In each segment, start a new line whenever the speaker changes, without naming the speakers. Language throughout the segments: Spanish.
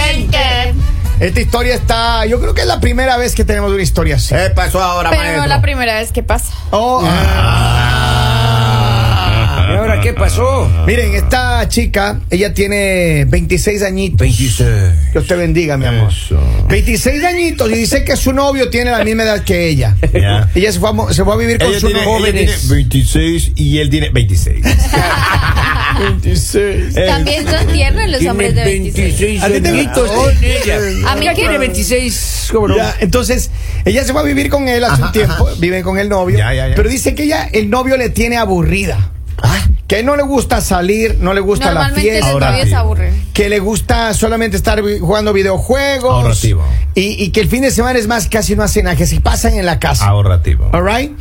eh, Esta historia está. Yo creo que es la primera vez que tenemos una historia así.
¿Qué pasó ahora,
Pero no
maestro?
es la primera vez que pasa.
Oh, Ah,
ah,
¿Y ahora qué pasó?
Miren, esta chica, ella tiene 26 añitos.
26.
Dios te bendiga, mi amor.
Eso.
26 añitos y dice que su novio tiene la misma edad que ella.
Ya.
Ella se fue a, mo- se fue a vivir con
Ella
sus
tiene, ella
jóvenes.
tiene 26 y él tiene 26.
26.
Eh,
También son tiernos los hombres de Ah, 26.
¿A ti te gusta?
añitos de ella.
¿A mí
Ella
qué?
tiene 26, ¿cómo no?
Ya, entonces, ella se fue a vivir con él hace
Ajá,
un tiempo,
ajá.
vive con el novio,
Ya, ya, ya.
pero dice que ella, el novio le tiene aburrida, que no le gusta salir, no le gusta la
Normalmente los
fiesta,
Ahora
novios
sí.
aburren.
que le gusta solamente estar vi- jugando videojuegos
Ahorrativo.
y, y que el fin de semana es más, casi no hacen nada, que se pasan en la casa.
Ahorrativo.
All right.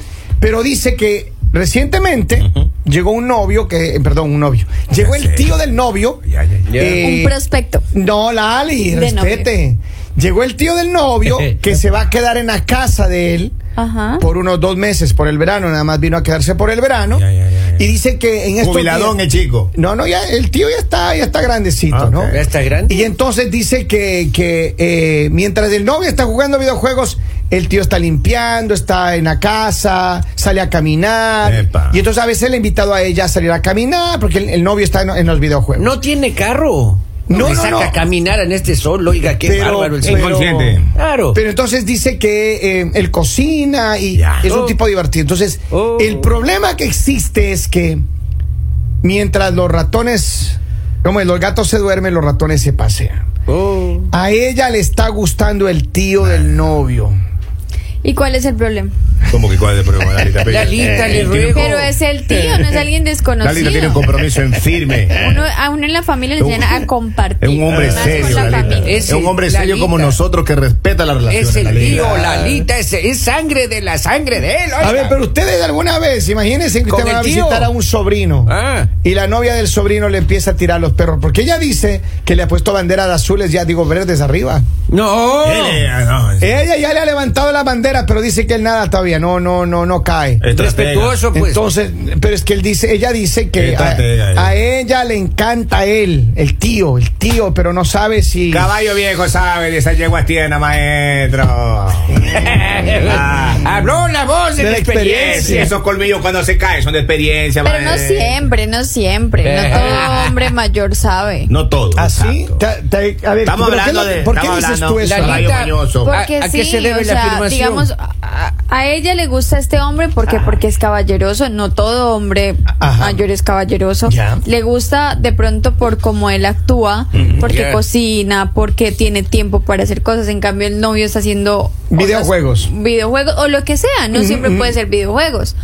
Pero dice que recientemente
Ujú.
llegó un novio que, eh, perdón, un novio. Llegó
sé.
el tío del novio.
Ya, ya, ya.
eh,
Un prospecto.
No, Lali,
De novio.
respete. Llegó el tío del novio que se va a quedar en la casa de él
Ajá.
por unos dos meses, por el verano. Nada más vino a quedarse por el verano.
Ya, ya, ya, ya.
Y dice que en estos
Jubiladón el
días-
chico.
No, no, ya el tío ya está, ya está grandecito,
Ah,
¿no?
ok.
Ya está grande.
Y entonces dice que, que eh, mientras el novio está jugando videojuegos, el tío está limpiando, está en la casa, sale a caminar.
Epa.
Y entonces a veces le ha invitado a ella a salir a caminar porque el, el novio está en, en los videojuegos.
No tiene carro.
No,
Me
no,
saca
no.
a caminar en este sol, oiga, qué
Pero-
bárbaro el
pero-
señor.
Inconsciente.
Claro.
Pero entonces dice que eh, él cocina y
Ya.
es
Oh.
un tipo divertido. Entonces,
Oh.
el problema que existe es que mientras los ratones, como los gatos se duermen, los ratones se pasean.
Oh.
A ella le está gustando el tío
Ah.
del novio.
¿Y cuál es el problema?
¿Cómo que cuál es el problema? Lalita, Pero-
Lalita, le
Eh,
ruego.
tiene-
Pero es el tío, no es alguien
Lalita eh, tiene un
desconocido.
compromiso en firme.
Uno, a uno en la familia le
Un-
llena a compartir.
Es un hombre
más con
serio,
la
Lalita.
familia.
Es un hombre
Lalita.
serio como nosotros que respeta la relación.
Es el tío, Lalita, es, es sangre de la sangre de él. oiga.
A ver, pero ustedes alguna vez, imagínense que
Con
usted va
el
a
tío.
visitar a un sobrino
Ah.
y la novia del sobrino le empieza a tirar los perros, porque ella dice que le ha puesto banderas azules, ya digo verdes arriba.
No.
Eh, no, es-
Ella ya le ha levantado las banderas, pero dice que él nada todavía, no, no, no, no cae.
estratega.
Respetuoso, pues.
Entonces, pero es que él dice, ella dice que a,
Estratega, ella.
a ella le encanta él, el tío, el tío, pero no sabe si.
Caballo viejo sabe de esas yeguas tiene, maestro. Ah,
Habló la voz
De
de, la
la
experiencia.
experiencia.
esos colmillos cuando se caen son de experiencia,
Pero no
maestro.
siempre, no siempre.
Eh.
No todo hombre mayor sabe.
No todo.
Ah,
Así.
exacto.
Te- te- a ver,
Estamos
¿pero qué
hablando
es lo-
de.
¿Por qué
estamos
dices
hablando
tú eso?
de caballo
Lalita,
mañoso.
¿por
Porque
¿A- a
sí,
qué se debe
o
la
sea,
afirmación? Ah.
digamos, a, a ella le gusta este hombre porque porque es caballeroso, no todo hombre
Ajá.
mayor es caballeroso.
Ya.
Le gusta de pronto por cómo él actúa, porque
Mm, ya.
cocina, porque tiene tiempo para hacer cosas, en cambio el novio está haciendo cosas-
Videojuegos.
videojuegos o lo que sea,
Mm-hmm,
no siempre puede ser videojuegos.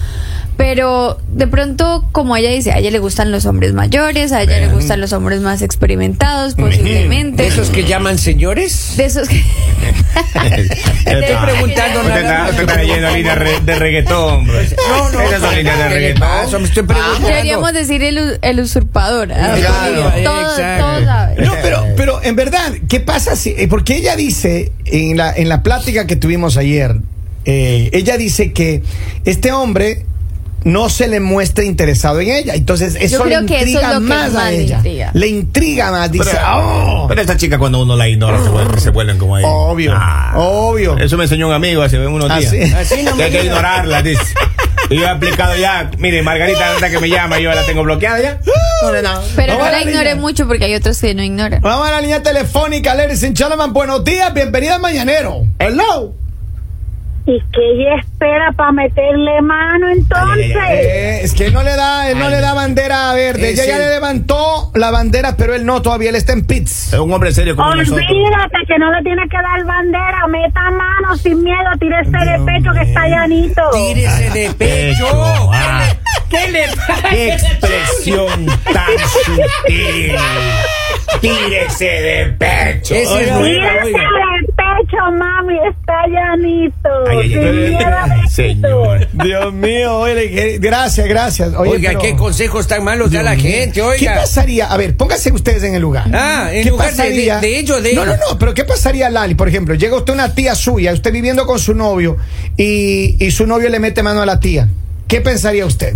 Pero de pronto, como ella dice, a ella le gustan los hombres mayores, a ella le gustan los hombres más experimentados, posiblemente.
¿De esos que llaman señores?
De esos que...
Estoy
preguntando
Ah, Usted está, usted está leyendo líneas re- de reggaetón, bro.
No, no.
Esas son líneas de
¿Qué le pasa?
reggaetón.
Me estoy preguntando.
Deberíamos decir el, el usurpador.
Claro,
Todo- todo,
exacto.
sabe.
No, pero, pero en verdad, ¿qué pasa si.? eh, Porque ella dice, en la, en la plática que tuvimos ayer, eh, ella dice que este hombre no se le muestra interesado en ella. Entonces, eso
creo
le
que eso es
intriga
lo que
más
más
a
le
ella.
intriga.
Le intriga más. Dice,
Pero,
"Oh".
pero esta chica cuando uno la ignora se vuelven, se vuelven como ella.
Obvio, obvio.
Eso me enseñó un amigo hace unos
Ah,
días.
sí.
Así no
Que
me
hay que
digas.
ignorarla, dice. Y yo he aplicado ya, mire, Margarita anda que me llama, yo la tengo bloqueada ya.
Pero
Vamos
no
a
la
niña.
ignore mucho porque hay otros que no ignoran.
Vamos a la línea telefónica, Ladies and Gentlemen. Buenos días, bienvenida al Mañanero. Hello.
¿Y qué ella espera para meterle mano entonces?
Ay, ay,
Eh, es que él no le da, él no
Ay.
le da bandera verde.
Es
ella ya
el-
le levantó la bandera, pero él no, todavía él está en pits.
Es un hombre serio como nosotros.
Olvídate que no le tiene que dar bandera, meta mano sin miedo, tírese de pecho que está llanito.
Tírese de pecho.
Pecho, ah.
¿Qué le
¡Qué
pasa?
expresión tan sutil! ¡Tírese de pecho!
Ese es bueno, oiga.
Tírese de pecho, mami, está llanito.
Ay, ay,
sin
ay,
miedo a éxito.
Señor.
Dios mío, oye, gracias, gracias. Oye,
Oiga,
pero-
qué consejos tan malos da la gente,
¿Qué
oiga.
pasaría? A ver, pónganse ustedes en el lugar.
Ah, en
¿Qué
lugar de- de- de ello, de
No, no,
ello.
no, pero ¿qué pasaría, Lali? Por ejemplo, llega usted una tía suya, usted viviendo con su novio y, y su novio le mete mano a la tía. ¿Qué pensaría usted?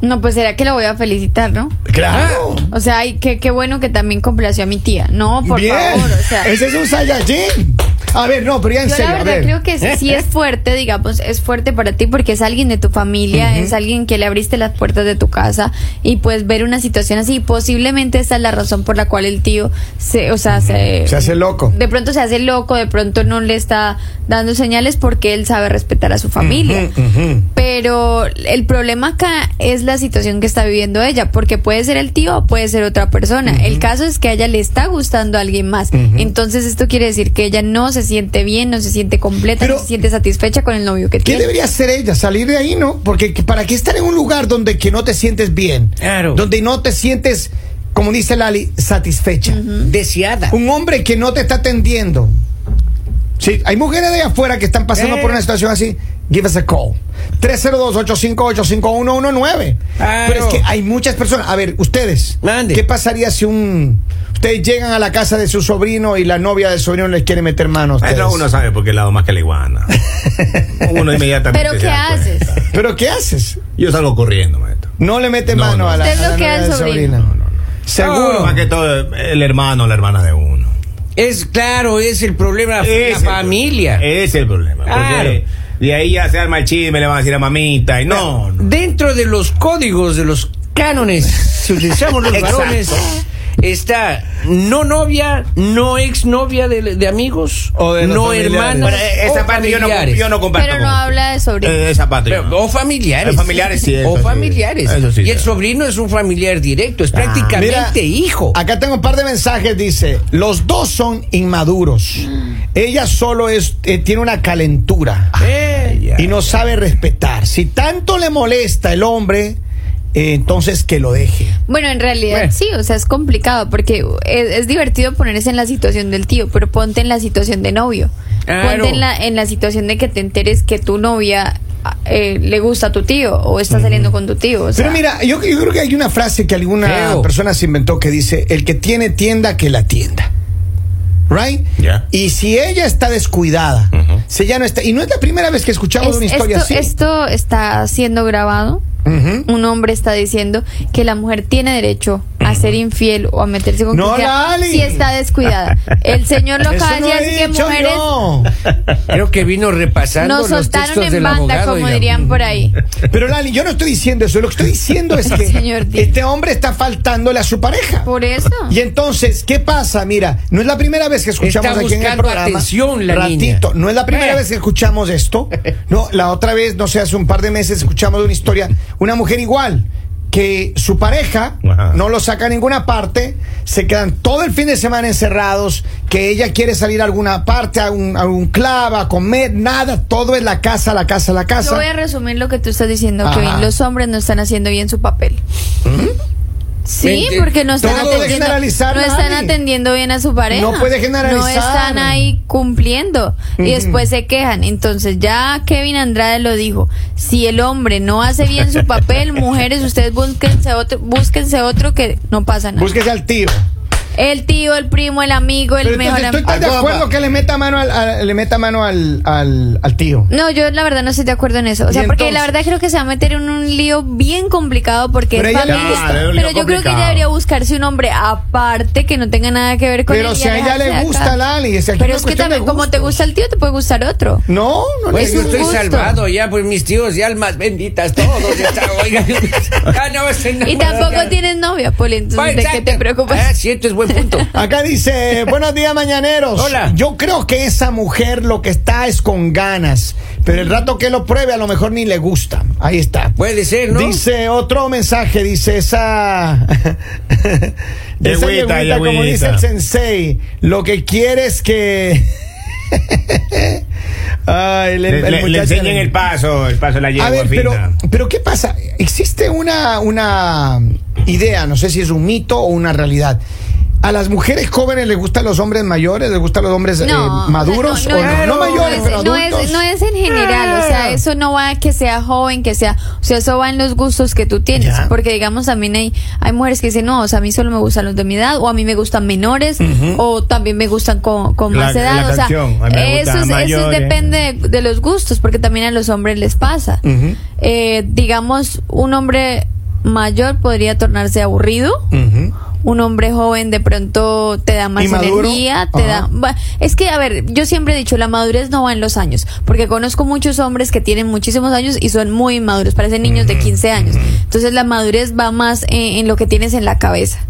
No, pues será que la voy a felicitar, ¿no?
Claro.
O sea, ay, qué, qué bueno que también complació a mi tía. No, por
Bien.
favor, o sea.
Ese es un Saiyajin. A ver, no, pero ya en
Yo
serio.
la
a
verdad
ver.
creo que sí, sí es fuerte, digamos, es fuerte para ti porque es alguien de tu familia, es alguien que le abriste las puertas de tu casa y pues ver una situación así, posiblemente esa es la razón por la cual el tío se, o sea, se,
Se hace loco.
De pronto se hace loco, de pronto no le está dando señales porque él sabe respetar a su familia.
ujú.
Pero el problema acá es la situación que está viviendo ella, porque puede ser el tío o puede ser otra persona. El caso es que a ella le está gustando a alguien más. Entonces esto quiere decir que ella no se siente bien, no se siente completa,
Pero-
no se siente satisfecha con el novio que
¿Qué
tiene.
debería hacer ella? Salir de ahí, ¿no? Porque que- para qué estar en un lugar donde que no te sientes bien.
Claro.
Donde no te sientes, como dice Lali, satisfecha.
Deseada.
Un hombre que no te está atendiendo. Sí, hay mujeres de allá afuera que están pasando
Eh.
por una situación así. Give us a call. 302-858-5119.
Claro.
Pero es que hay muchas personas. A ver, ustedes.
Mande.
¿Qué pasaría si un. Ustedes llegan a la casa de su sobrino y la novia de su sobrino les quiere meter manos?
Pero uno sabe por qué lado más que la iguana. Uno inmediatamente.
Pero
se
¿qué
da
haces?
cuenta.
¿Pero qué haces?
Yo salgo corriendo, maestro.
No le mete
No,
mano
no.
a la,
Usted
a la
bloquea
novia
al
del
sobrino.
sobrino. Seguro.
No, Más que todo el hermano o la hermana de uno.
Es claro, es el problema de la
Ese es el
familia.
problema. Eh, Ese Es el problema.
Claro.
Porque de ahí ya se arma el chisme, le van a decir a mamita. Y no, no.
Dentro de los códigos, de los cánones, si utilizamos los
Exacto.
varones, está no novia, no exnovia de, de amigos,
O de los
no
familiares.
hermanas,
Bueno, eh, esa
o
parte yo no,
familiares.
yo no comparto.
Pero
con
no
usted.
habla de sobrino.
Eh, esa parte. yo
Pero-
no.
o familiares.
Eh, familiares, sí, eso
o
sí.
familiares.
Eso sí,
y el
claro. Ah,
sobrino es un familiar directo, es prácticamente
Mira,
hijo.
Acá tengo un par de mensajes, dice, los dos son inmaduros. Ella solo es, eh, tiene una calentura
Eh,
y no sabe respetar. Si tanto le molesta el hombre, eh, entonces que lo deje.
Bueno, en realidad
Bueno.
sí, o sea, es complicado porque es, es divertido ponerse en la situación del tío, pero ponte en la situación de novio.
Claro.
Ponte en la, en la situación de que te enteres que tu novia eh, le gusta a tu tío o está saliendo con tu tío. o sea.
Pero mira, yo, yo creo que hay una frase que alguna
Feo.
persona se inventó que dice, el que tiene tienda, que la tienda. Right?
Ya.
Y si ella está descuidada,
Ujú.
si ella no está, y no es la primera vez que escuchamos
Es-
una historia
esto,
así.
esto está siendo grabado.
Ujú.
Un hombre está diciendo que la mujer tiene derecho a ser infiel o a meterse con
No,
quien sea
Lali.
si está descuidada. El señor lo
Eso
acaba de
no
decir,
he
así que
dicho
mujeres
yo.
creo que vino repasando
nos
los textos
soltaron en
del
banda,
abogado,
como
oiga.
dirían por ahí.
Pero Lali, yo no estoy diciendo eso. Lo que estoy diciendo es que
Señor, di-
este hombre está faltándole a su pareja.
Por eso.
Y entonces, ¿qué pasa? Mira, no es la primera vez que escuchamos
Está
aquí en el
buscando
programa.
atención la
Ratito,
niña.
no es la primera
Eh.
vez que escuchamos esto. No, la otra vez, no sé, hace un par de meses escuchamos una historia, una mujer igual que su pareja
Ajá.
no lo saca a ninguna parte, se quedan todo el fin de semana encerrados, que ella quiere salir a alguna parte, a un, a un clavo, a comer, nada, todo es la casa, la casa, la casa.
Yo voy a resumir lo que tú estás diciendo,
Ajá. ¿Mm?
que hoy los hombres no están haciendo bien su papel. Sí,
Mente-
porque no están,
Todo puede
atendiendo,
generalizar,
no están
Lali.
atendiendo bien a su pareja.
No puede generalizar.
No están ahí cumpliendo. Y después se quejan. Entonces, ya Kevin Andrade lo dijo. Si el hombre no hace bien su papel, mujeres, ustedes búsquense otro, búsquense otro que no pasa nada.
Búsquese al tío.
El tío, el primo, el amigo, el
Pero
mejor
entonces, ¿tú
amigo.
estás de
Al compa.
acuerdo que le meta mano al, al- le meta mano al, al, al tío?
No, yo la verdad no estoy de acuerdo en eso. O sea,
¿Y
porque la
entonces?
verdad creo que se va a meter en un lío bien complicado porque
Pero
es
ella-
familia.
Claro, es un lío
pero yo creo que
complicado.
ella debería buscarse un hombre aparte que no tenga nada que ver con
Pero
él y
si a ella
alejarse
le
de
gusta
acá.
Lali, si aquí no
Pero es que
cuestión de
también, como te
gustos.
gusta el tío, te puede gustar otro.
No, no
Pues
le
yo
un
estoy
gusta.
gusto.
salvado ya por mis tíos y almas benditas, todos. ya está, oiga. Ah, no, se
Y
enamoró,
tampoco
ya.
tienes novia, Poli. Entonces, ¿de
Pues,
qué
Exacto.
te
Ah,
preocupas?
cierto, es buen punto.
Acá dice, buenos días mañaneros.
Hola.
Yo creo que esa mujer lo que está es con ganas, pero el rato que lo pruebe a lo mejor ni le gusta. Ahí está.
Puede ser, ¿no?
Dice otro mensaje, dice esa... esa
Yegüita,
yegüita, como
yegüita.
dice el sensei, lo que quiere es que... Ay,
Le, le- le
muchacho-
enseñen el paso, el paso de la yegua
A ver,
fina.
pero, pero ¿qué pasa? Existe una, una idea, no sé si es un mito o una realidad. ¿A las mujeres jóvenes les gustan los hombres mayores? ¿Les gustan los hombres eh, maduros?
no,
o no,
no,
No mayores,
es-
pero
no es-
adultos.
no es en general, o sea, eso no va a que sea joven, que sea, o sea, eso va en los gustos que tú tienes,
Ya.
porque digamos también hay, hay mujeres que dicen, no, o sea, a mí solo me gustan los de mi edad, o a mí me gustan menores, o también me gustan con, con
La-
más edad,
la
o sea,
canción, a mí me
eso,
gustan
es- eso
mayores.
depende de, de los gustos, porque también a los hombres les pasa. Eh, digamos, un hombre mayor podría tornarse aburrido.
Ujú.
Un hombre joven de pronto te da más
¿Y maduro?
energía, te
Ajá.
da... va- Es que, a ver, yo siempre he dicho, la madurez no va en los años, porque conozco muchos hombres que tienen muchísimos años y son muy inmaduros, parecen niños de 15 años. Entonces la madurez va más eh, en, en lo que tienes en la cabeza.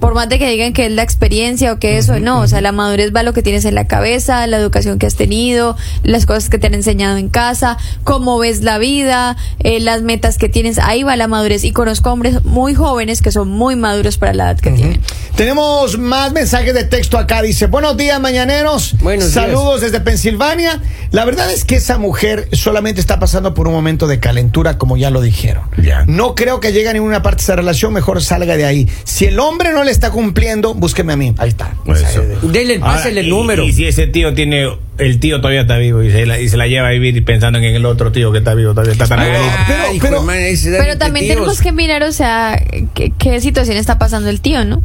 Por más de que digan que es la experiencia o que eso, no, o sea, la madurez va a lo que tienes en la cabeza, la educación que has tenido, las cosas que te han enseñado en casa, cómo ves la vida, eh, las metas que tienes, ahí va la madurez. Y conozco hombres muy jóvenes que son muy maduros para la edad que tienen.
Tenemos más mensajes de texto acá. Dice, buenos días, mañaneros.
Buenos
Saludos desde Pensilvania. La verdad es que esa mujer solamente está pasando por un momento de calentura, como ya lo dijeron.
Ya.
No creo que llegue a ninguna parte de esa relación, mejor salga de ahí. Si el hombre no le está cumpliendo, búsqueme a mí. Ahí está.
Eso.
Dele el
Ahora,
pase, el
y-
número.
Y, si ese tío tiene. El tío todavía está vivo y se la, y se la lleva a vivir pensando en el otro tío que está vivo. Todavía está tan
Ah,
aburrido.
pero-
hijo de
pero-
madre, ese da
Pero también
repetidos.
tenemos que mirar, o sea, qué, qué situación está pasando el tío, ¿no?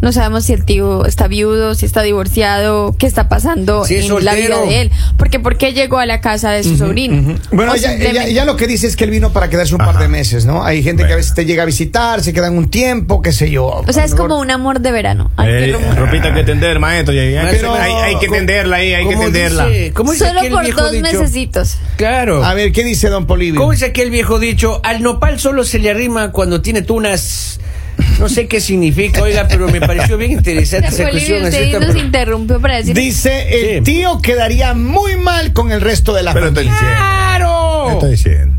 No sabemos si el tío está viudo, si está divorciado, qué está pasando
Si es
en la vida
soltero.
de él. Porque ¿por qué llegó a la casa de su sobrino?
Bueno, ella,
O
ella-
simplemente-
ella lo que dice es que él vino para quedarse un par
Ajá.
de meses, ¿no? Hay gente que a
Bueno.
veces te llega a visitar, se quedan un tiempo, qué sé yo.
O sea, es como un amor de verano. Ay, qué
Eh,
romántico.
ropita que tender, maestro. ya- ya-
Pero-
hay, hay que
¿cómo-
tenderla ahí, hay que
¿Cómo
tenderla.
dice- cómo dice
Solo
aquel
por
viejo
dos
dicho?
mesecitos.
Claro.
A ver, ¿qué dice Don Polivio?
¿Cómo es aquel viejo dicho? Al nopal solo se le arrima cuando tiene tunas. No sé qué significa, oiga, pero me pareció bien interesante esa
Bolivia,
cuestión.
usted
acerca-
nos interrumpió para decir...
Dice, el
Sí.
tío quedaría muy mal con el resto de la
Pero estoy
familia.
diciendo.
¡Claro!
Estoy diciendo.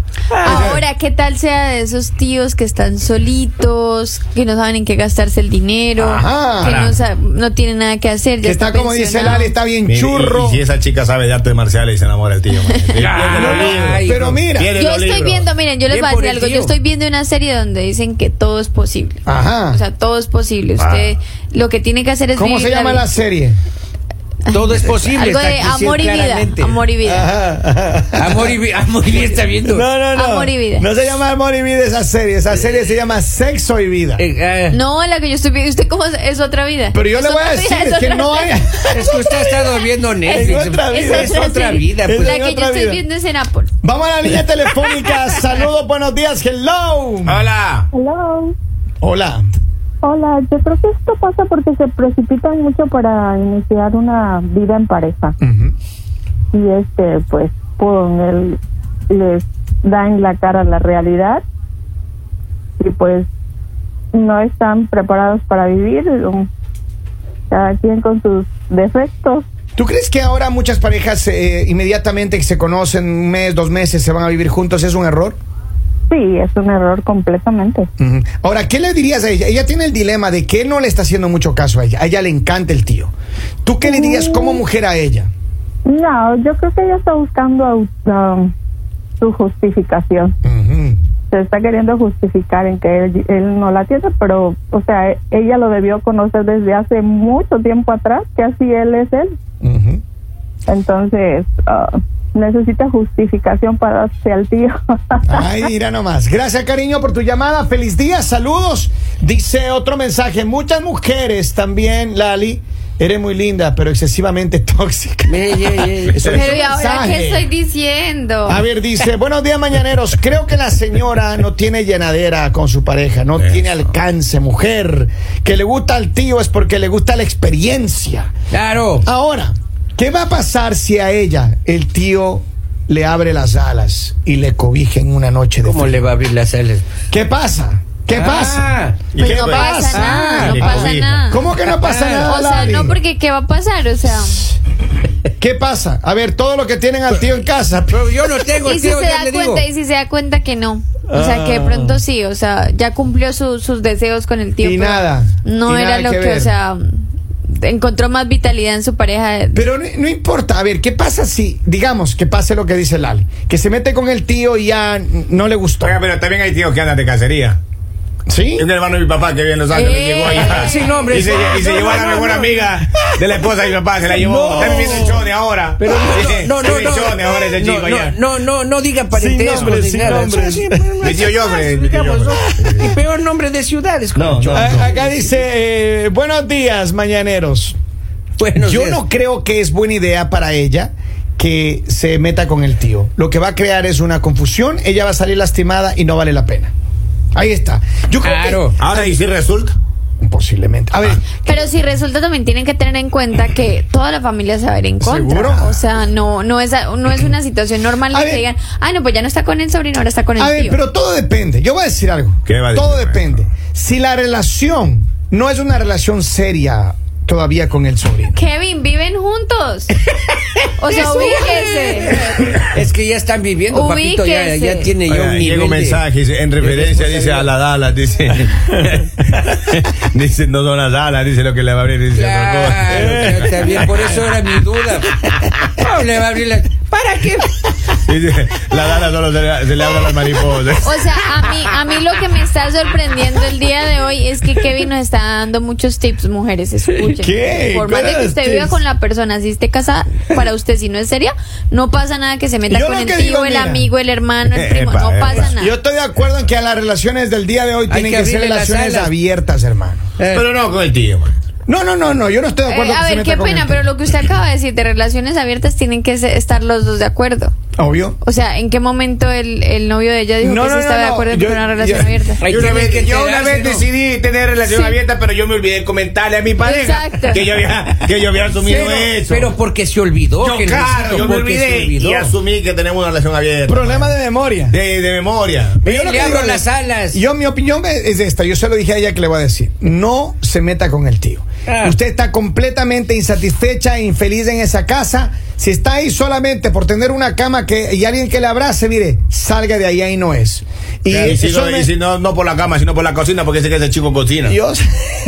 Ahora, ¿qué tal sea de esos tíos que están solitos, que no saben en qué gastarse el dinero,
Ajá.
que no, sa- no tienen nada que hacer? Ya
Que está, como dice
pensionado?
Lali, está bien
Mire, y-
churro.
Y, si esa chica sabe de artes marciales y se enamora el tío. maestro. Y
Ah,
pierde los
Ay,
libros.
hijo.
Pero mira,
Pierde
Yo
los
estoy
libros.
viendo, miren, yo les
Bien
voy a
por
decir
el
algo. Yo
tío.
estoy viendo una serie donde dicen que todo es posible.
Ajá.
O sea, todo es posible.
Ah.
Usted lo que tiene que hacer es
¿Cómo
vivir
se llama
vida.
la serie?
Todo es posible.
Algo
está
de
diciendo
amor y
claramente.
vida. Amor y vida.
Amor y vida. Amor y vida está viendo.
no,
Amor y vida.
No se llama Amor y Vida esa serie. Esa serie se llama Sexo y Vida.
Eh, ah,
No, la que yo estoy viendo. ¿Usted cómo es, es otra vida?
Pero yo
Es
le voy a
otra vida,
decir es que
otra
no
vida.
hay.
Es que usted ha estado viendo Netflix.
otra vida.
Es otra
serie.
vida. pues.
Es
La que yo
otra
estoy
vida.
viendo es en Apple.
Vamos a la línea telefónica. Saludos, buenos días. Hello.
Ah. Hola.
Hello.
Hola.
Hola, yo creo que esto pasa porque se precipitan mucho para iniciar una vida en pareja y este pues con él les da en la cara la realidad y pues no están preparados para vivir, um, cada quien con sus defectos.
¿Tú crees que ahora muchas parejas eh, inmediatamente que se conocen un mes, dos meses, se van a vivir juntos? ¿Es un error?
Sí, es un error completamente.
Ujú. Ahora, ¿qué le dirías a ella? Ella tiene el dilema de que él no le está haciendo mucho caso a ella. A ella le encanta el tío. ¿Tú qué le dirías como mujer a ella?
No, yo creo que ella está buscando au- um, su justificación.
Ujú.
se está queriendo justificar en que él, él no la tiene, pero, o sea, e- ella lo debió conocer desde hace mucho tiempo atrás, que así él es él.
Ujú.
Entonces, ah, necesita justificación para darse al tío.
Ay, mira nomás. Gracias, cariño, por tu llamada. Feliz día, saludos. Dice otro mensaje. Muchas mujeres también, Lali, eres muy linda, pero excesivamente tóxica.
Me- ye- ye-
Eso es
Pero
un
¿y ahora
mensaje. Ah,
qué estoy diciendo?
A ver, dice, buenos días, mañaneros. Creo que la señora no tiene llenadera con su pareja, no
Eso.
tiene alcance, mujer. Que le gusta al tío es porque le gusta la experiencia.
Claro.
Ah.
Ahora, ¿qué va a pasar si a ella el tío le abre las alas y le cobija en una noche de
¿Cómo
frío?
le va a abrir las alas?
¿Qué pasa? ¿Qué
Ah.
pasa?
¿Y
Pues
qué
no
fue?
pasa,
pasa?
nada,
Le
no pasa
cobija.
nada.
Ah, ¿Cómo que no pasa
Ah.
nada?
O sea,
Lali?
no, porque ¿qué va a pasar? O sea,
¿Qué pasa? A ver, todo lo que tienen al tío en casa.
Pero yo no tengo,
y si
tío,
se
ya
da
le digo.
cuenta, y si se da cuenta que no. O sea, que de pronto sí, o sea, ya cumplió su- sus deseos con el tío.
Ah. Y
pero
nada,
No
y
era
nada
lo
que
que,
ver.
o sea, encontró más vitalidad en su pareja.
Pero no, no importa, a ver, ¿qué pasa si, digamos, que pase lo que dice Lali? Que se mete con el tío y ya n- no le gustó.
Oiga, pero también hay tíos que andan de cacería.
¿Sí?
Es un hermano de mi papá que vive en Los Ángeles.
Eh.
Llegó allá.
Sin nombre.
Y se, y se
No,
llevó a
no,
la
no,
mejor
no.
amiga de la esposa de mi papá. Se la llevó.
No.
Está viviendo en Chone ahora.
Pero no, no, no,
Vive en Chone ahora ese chico
no,
allá.
no, no, no, no diga parentesco
nombres,
ni
sin
nada.
nombres.
Sí, sí,
Mi tío Joffre, mi tío
digamos,
Joffre.
¿no? Y peor nombre de ciudades.
No, no.
A- acá dice, eh, buenos días, mañaneros.
Bueno,
Yo no creo que es buena idea para ella que se meta con el tío. Lo que va a crear es una confusión, ella va a salir lastimada y no vale la pena. Ahí está. Yo creo
Claro.
Ahora, ¿y si resulta?
que posiblemente. A ver,
Ah.
Pero si resulta también tienen que tener en cuenta que toda la familia se va a ver en contra.
¿Seguro?
O sea, no no es no es una situación normal
A
que
ver.
te digan, "Ah, no, pues ya no está con el sobrino, ahora está con el
a ver,
tío."
pero todo depende. Yo voy a decir algo.
¿Qué va a decir,
todo
maestro?
depende. Si la relación no es una relación seria todavía con el sobrino.
Kevin, viven juntos. O sea, ubíquense.
Es que ya están viviendo, papito. Ya,
Ubíquese.
ya tiene ya
Oiga,
un nivel
llega un
de-
mensaje dice, en
de
referencia dice a
responsabilidad.
la Dallas dice dice no son las Dallas dice lo que le va a abrir dice otra cosa.
Claro, pues. claro, también por eso era mi duda. ¿Cómo le va a abrir la- ¿Para qué?
Dice, la Dallas solo se le, se le abren las mariposas
O sea, a mí, a mí lo que me está sorprendiendo el día de hoy es que Kevin nos está dando muchos tips, mujeres, escuchen.
¿Qué?
Por más de que
¿Cuáles
usted viva
tips?
con la persona, si esté casada, para usted si no es seria, no pasa nada que se meta
Yo
con
lo
el
que
tío,
digo,
el
mira.
amigo, el hermano, el primo,
Epa,
no
epa.
pasa nada.
Yo estoy de acuerdo en que a las relaciones del día de hoy tienen
que
que, ser
abrirle las
relaciones
alas.
abiertas, hermano.
Eh,
pero no con el tío pues. man.
No, no, no, no, yo no estoy de
Eh,
acuerdo.
a
que se
ver,
meta
qué
con
pena,
el
pero
tema.
lo que usted acaba de decir de relaciones abiertas tienen que se- estar los dos de acuerdo.
Obvio.
O sea, ¿en qué momento el, el novio de ella dijo
No,
que
no,
sí
no,
estaba de
no,
acuerdo en
yo-
tener una relación
yo-
abierta?
Hay
Yo una, vez,
tienen que
yo una
enterarse,
vez
¿no?
decidí tener relación
Sí.
abierta, pero yo me olvidé de comentarle a mi pareja
Exacto.
que yo había, que yo había asumido
Pero,
eso.
pero porque se olvidó.
yo,
que el
claro,
Luisito,
yo me
porque se
olvidé
olvidó.
y asumí que tenemos una relación abierta.
Problema de memoria.
de, de memoria.
Pero yo lo
Le
que
abro
digo es-
las alas.
Yo, mi opinión es es esta. Yo se lo dije a ella que le voy a decir. No se meta con el tío.
Ah.
Usted está completamente insatisfecha e infeliz en esa casa. Si está ahí solamente por tener una cama que, y alguien que le abrace, mire, salga de ahí, ahí no es. Y,
Y, si,
eso
no,
me-
y si no, no por la cama, sino por la cocina, porque sé que ese chico cocina.
Dios,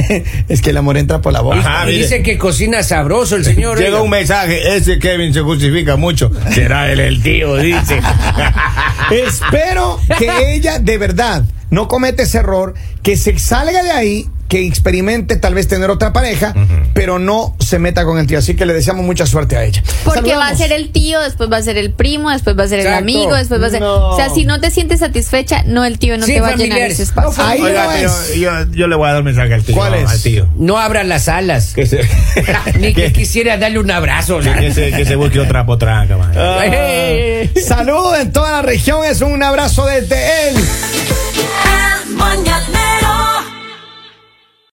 es que el amor entra por la boca.
Ajá,
Y
mire.
dice que cocina sabroso el señor.
Llega un mensaje, ese Kevin se justifica mucho. Será él el tío, dice.
Espero que ella de verdad no cometa ese error, que se salga de ahí, que experimente tal vez tener otra pareja, pero no se meta con el tío. Así que le deseamos mucha suerte a ella.
Porque va a
Saludamos.
ser el tío, después va a ser el primo, después va a ser el
Exacto.
amigo, después va a ser.
No.
O sea, si no te sientes satisfecha, no el tío no
Sí,
te va a llenar
familiares.
ese espacio.
Ahí
Oiga,
no
tío,
es.
yo, yo le voy a dar un mensaje al tío.
¿Cuál es?
Al tío.
No abra las alas.
Que se,
Ni que
que-
quisiera darle un abrazo. la-
que se- que se busque otra potraca, man.
Ah.
Eh.
Saludos en toda la región. Es un abrazo desde él.
El mañanero